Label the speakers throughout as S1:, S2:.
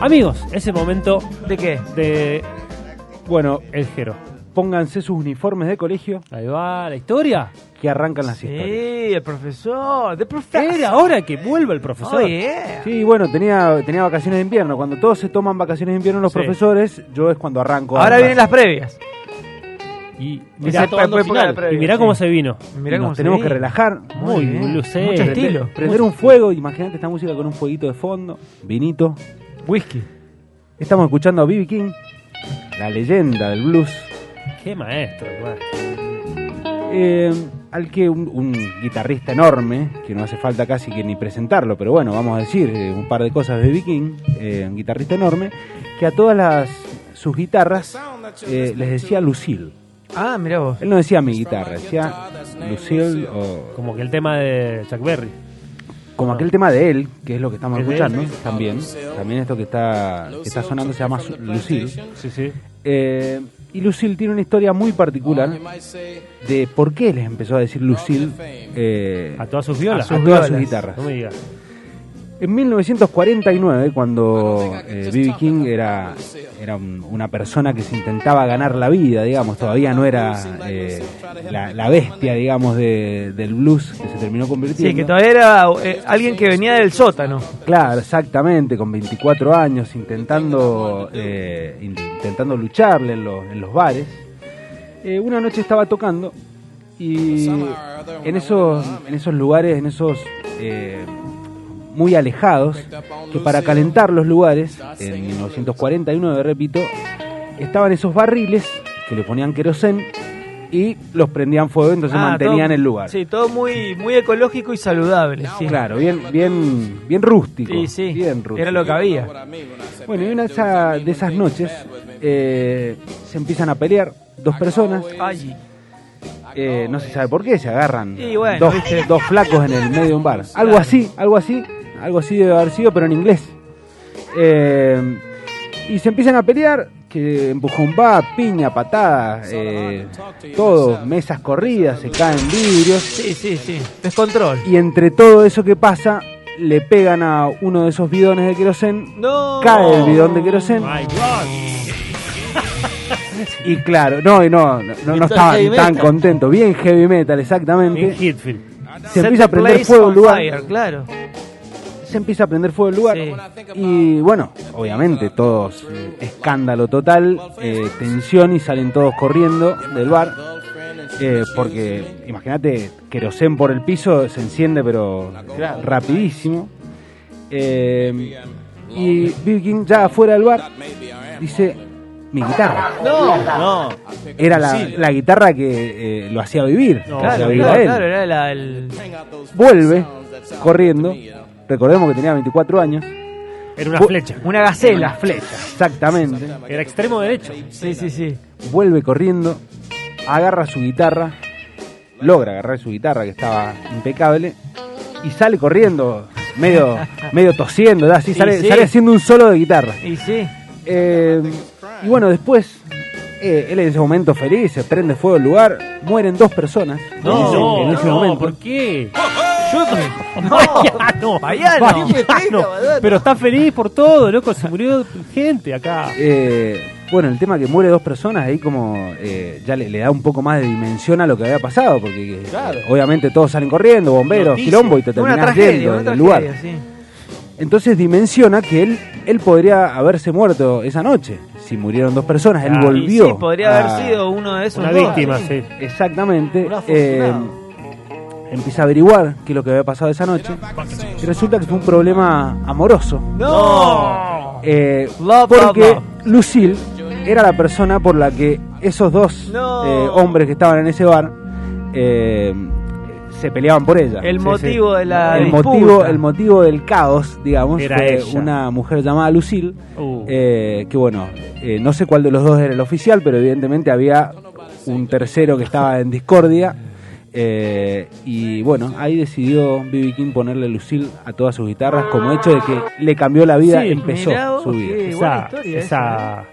S1: Amigos, ese momento
S2: ¿De qué?
S1: de. Bueno, el Jero. Pónganse sus uniformes de colegio Ahí va, la historia.
S2: que arrancan las
S1: Sí.
S2: historias.
S3: Sí, el profesor, de
S1: Era
S3: profesor.
S1: ahora que vuelva el profesor.
S3: Oh, yeah.
S2: Sí, bueno, tenía, tenía vacaciones de invierno. Cuando todos se toman vacaciones de invierno los
S1: Sí.
S2: profesores, yo es cuando arranco.
S3: Ahora
S2: a-
S3: vienen las previas.
S1: Y
S3: Esa
S1: mirá,
S3: época fue época de la
S1: y
S3: previa,
S1: mirá
S3: sí.
S1: cómo se vino.
S3: Mirá
S2: Nos
S3: cómo se
S2: tenemos
S3: ve.
S2: que relajar.
S1: Muy
S3: bien.
S1: lucero.
S3: Mucho estilo.
S2: Prender un fuego, imagínate esta música con un fueguito de fondo, vinito.
S3: Whisky.
S2: Estamos escuchando a B.B. King, la leyenda del blues.
S1: Qué maestro, qué maestro.
S2: Eh, al que un, un guitarrista enorme, que no hace falta casi que ni presentarlo, pero bueno, vamos a decir eh, un par de cosas de Viking, eh, un guitarrista enorme, que a todas las, sus guitarras eh, les decía Lucille.
S3: Ah, mirá vos.
S2: Él no decía mi guitarra, decía Lucille o
S1: Como que el tema de Chuck Berry.
S2: como aquel tema de él, que es lo que estamos
S1: Es de
S2: escuchando
S1: él.
S2: también. También esto que está, que está sonando se llama Su- Lucille.
S1: Sí, sí.
S2: Eh, y Lucille tiene una historia muy particular de por qué les empezó a decir Lucille eh,
S1: A todas sus violas.
S2: a
S3: sus
S2: todas sus
S3: violas.
S2: guitarras.
S1: No me digas.
S2: En 1949, cuando eh, B.B. King era, era un- una persona que se intentaba ganar la vida, digamos, todavía no era eh, la, la bestia, digamos, de- del blues que se terminó convirtiendo.
S3: Sí, que todavía era eh, alguien que venía del sótano.
S2: Claro, exactamente, con 24 años, intentando, eh, in- intentando lucharle en los, en los bares. Eh, una noche estaba tocando y en esos, en esos lugares, en esos eh, muy alejados, que para calentar los lugares, en 1949, repito, estaban esos barriles que le ponían querosén y los prendían fuego, entonces
S3: Ah,
S2: mantenían
S3: todo-
S2: el lugar.
S3: Sí, todo muy, muy ecológico y saludable. Sí.
S2: Claro, bien, bien, bien rústico.
S3: Sí, sí.
S2: Bien rústico.
S3: Era lo que había.
S2: Bueno, y una de, esa- de esas noches eh, se empiezan a pelear dos personas,
S3: Ay,
S2: eh, no se sabe por qué, se agarran
S3: Y bueno,
S2: dos,
S3: viste.
S2: dos flacos en el medio de un bar. Algo así, algo así, algo así debe haber sido, pero en inglés. Eh, y se empiezan a pelear, que empujón va, piña, patada, eh, todo, mesas corridas, se caen vidrios.
S3: sí, sí, sí. Descontrol.
S2: Y entre todo eso que pasa, le pegan a uno de esos bidones de querosén,
S3: No.
S2: cae el bidón de querosén.
S1: My God.
S2: Y claro, no, y no, no, no, no
S3: Entonces,
S2: estaban
S3: heavy
S2: tan
S3: metal.
S2: contentos, bien heavy metal,
S1: En
S2: exactamente.
S1: Hitfield.
S2: Se
S3: Set
S2: empieza a
S3: the
S2: prender
S3: place
S2: fuego el
S3: on
S2: lugar,
S3: fire, claro.
S2: se empieza a prender fuego el lugar.
S3: Sí.
S2: Y bueno, obviamente, todos, eh, escándalo total, eh, tensión y salen todos corriendo del bar. eh, porque, imagínate, querosén por el piso se enciende, pero rapidísimo. Eh, y Bill King ya afuera del bar dice, mi guitarra.
S1: No.
S2: Era la, la guitarra que eh, lo hacía vivir.
S1: No,
S2: lo hacía
S3: Claro,
S2: vivir
S3: claro,
S2: a él.
S3: claro, era la- el-
S2: Vuelve corriendo. Recordemos que tenía 24 años.
S1: Era una
S2: Bu-
S1: flecha.
S3: una gacela.
S2: flecha. Exactamente.
S1: Era extremo derecho.
S3: Sí, sí, sí.
S2: Vuelve corriendo. Agarra su guitarra. Logra agarrar su guitarra que estaba impecable. Y sale corriendo. Medio, medio tosiendo. ¿verdad? Así
S3: Sí,
S2: sale,
S3: sí.
S2: sale haciendo un solo de guitarra.
S3: Y sí.
S2: Eh, y bueno, después, eh, él en ese momento feliz, se prende fuego el lugar, mueren dos personas. en ese- en ese momento.
S1: ¿por qué?
S3: Yo
S1: Vaiano,
S3: Vaiano.
S1: Vaiano. Pero está feliz por todo, loco. Se murió gente acá.
S2: Eh, bueno, el tema que muere dos personas ahí como eh, ya le, le da un poco más de dimensión a lo que había pasado, porque eh, obviamente todos salen corriendo, bomberos,
S1: Noticia.
S2: quilombo y te
S3: Una
S2: terminás
S3: tragedia,
S2: yendo
S3: una
S2: del
S3: tragedia,
S2: lugar.
S3: sí.
S2: Entonces dimensiona que él, él podría haberse muerto esa noche, si murieron dos personas, él
S1: Ah, y
S3: Y
S2: volvió.
S3: sí, podría
S2: a-
S3: haber sido uno de esos
S1: Una
S3: dos,
S1: víctima,
S3: sí.
S1: sí.
S2: Exactamente.
S3: Un afortunado.
S2: eh, empieza a averiguar qué es lo que había pasado esa noche. Y resulta que fue un problema amoroso.
S3: ¡No!
S2: eh,
S3: Love,
S2: porque
S3: love,
S2: Lucille era la persona por la que esos dos
S3: No.
S2: eh, hombres que estaban en ese bar eh, se peleaban por ella.
S3: El
S2: Sí,
S3: motivo
S2: sí.
S3: de la
S2: el
S3: disputa.
S2: motivo, el motivo del caos, digamos,
S1: Era
S2: fue
S1: ella.
S2: una mujer llamada Lucille.
S1: Uh.
S2: eh, que bueno, eh, no sé cuál de los dos era el oficial, pero evidentemente había un tercero que estaba en discordia. eh, y bueno, ahí decidió B.B. King ponerle Lucille a todas sus guitarras como hecho de que le cambió la vida,
S1: Sí,
S2: empezó
S3: mirá vos,
S2: su vida.
S3: qué buena
S1: Esa,
S3: historia esa, ¿eh?
S1: esa-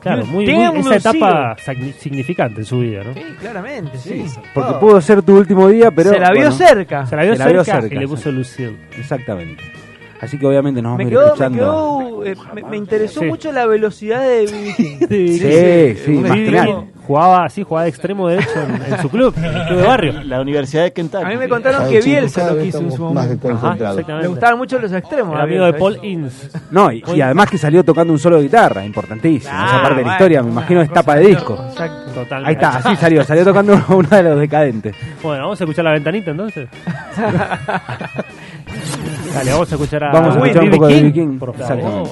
S1: claro,
S3: You
S1: muy,
S3: damn
S1: muy- esa
S3: Lucille.
S1: etapa sagni- significante en su vida, ¿no?
S3: Sí, claramente, sí.
S2: Porque
S3: Oh.
S2: pudo ser tu último día, pero.
S3: Se la vio
S2: bueno,
S3: cerca.
S1: Se la vio
S2: Se la vio
S1: cerca y
S2: cerca,
S1: le
S2: sí.
S1: puso Lucille.
S2: Exactamente. Así que obviamente nos
S3: Me
S2: vamos a ir
S3: quedó, me,
S2: escuchando.
S3: quedó, eh, me, me interesó
S1: Sí.
S3: mucho la velocidad de Billy King.
S1: Sí,
S2: Sí, sí,
S1: Un
S2: más que
S1: tipo
S2: nada.
S1: Jugaba así, jugaba de extremo derecho en, en su club, en el club de barrio.
S4: La Universidad de Kentucky.
S3: A mí me contaron que
S5: Cada vez
S3: Bielsa lo quiso en
S5: estamos
S3: su
S5: más
S3: momento.
S1: Ajá,
S5: desconcentrados.
S3: Le ¿eh?
S1: exactamente.
S3: gustaban mucho los extremos.
S1: El
S3: a
S1: amigo de
S3: Bielsa,
S1: Paul
S3: eso.
S1: Inns.
S2: No, y, y además que salió tocando un solo de guitarra, importantísimo.
S3: Ah,
S2: esa parte de
S3: bueno,
S2: la historia, me imagino, es
S3: una
S2: tapa de
S3: cosa-
S2: disco.
S3: Exacto.
S1: Totalmente.
S2: Ahí está, así salió, salió tocando uno de los decadentes.
S1: Bueno, vamos a escuchar la ventanita entonces. Dale, vamos a escuchar a
S2: Vamos a
S1: Willy
S2: escuchar un poco de
S1: King.
S2: Billy King.
S1: Por favor.
S2: Exactamente.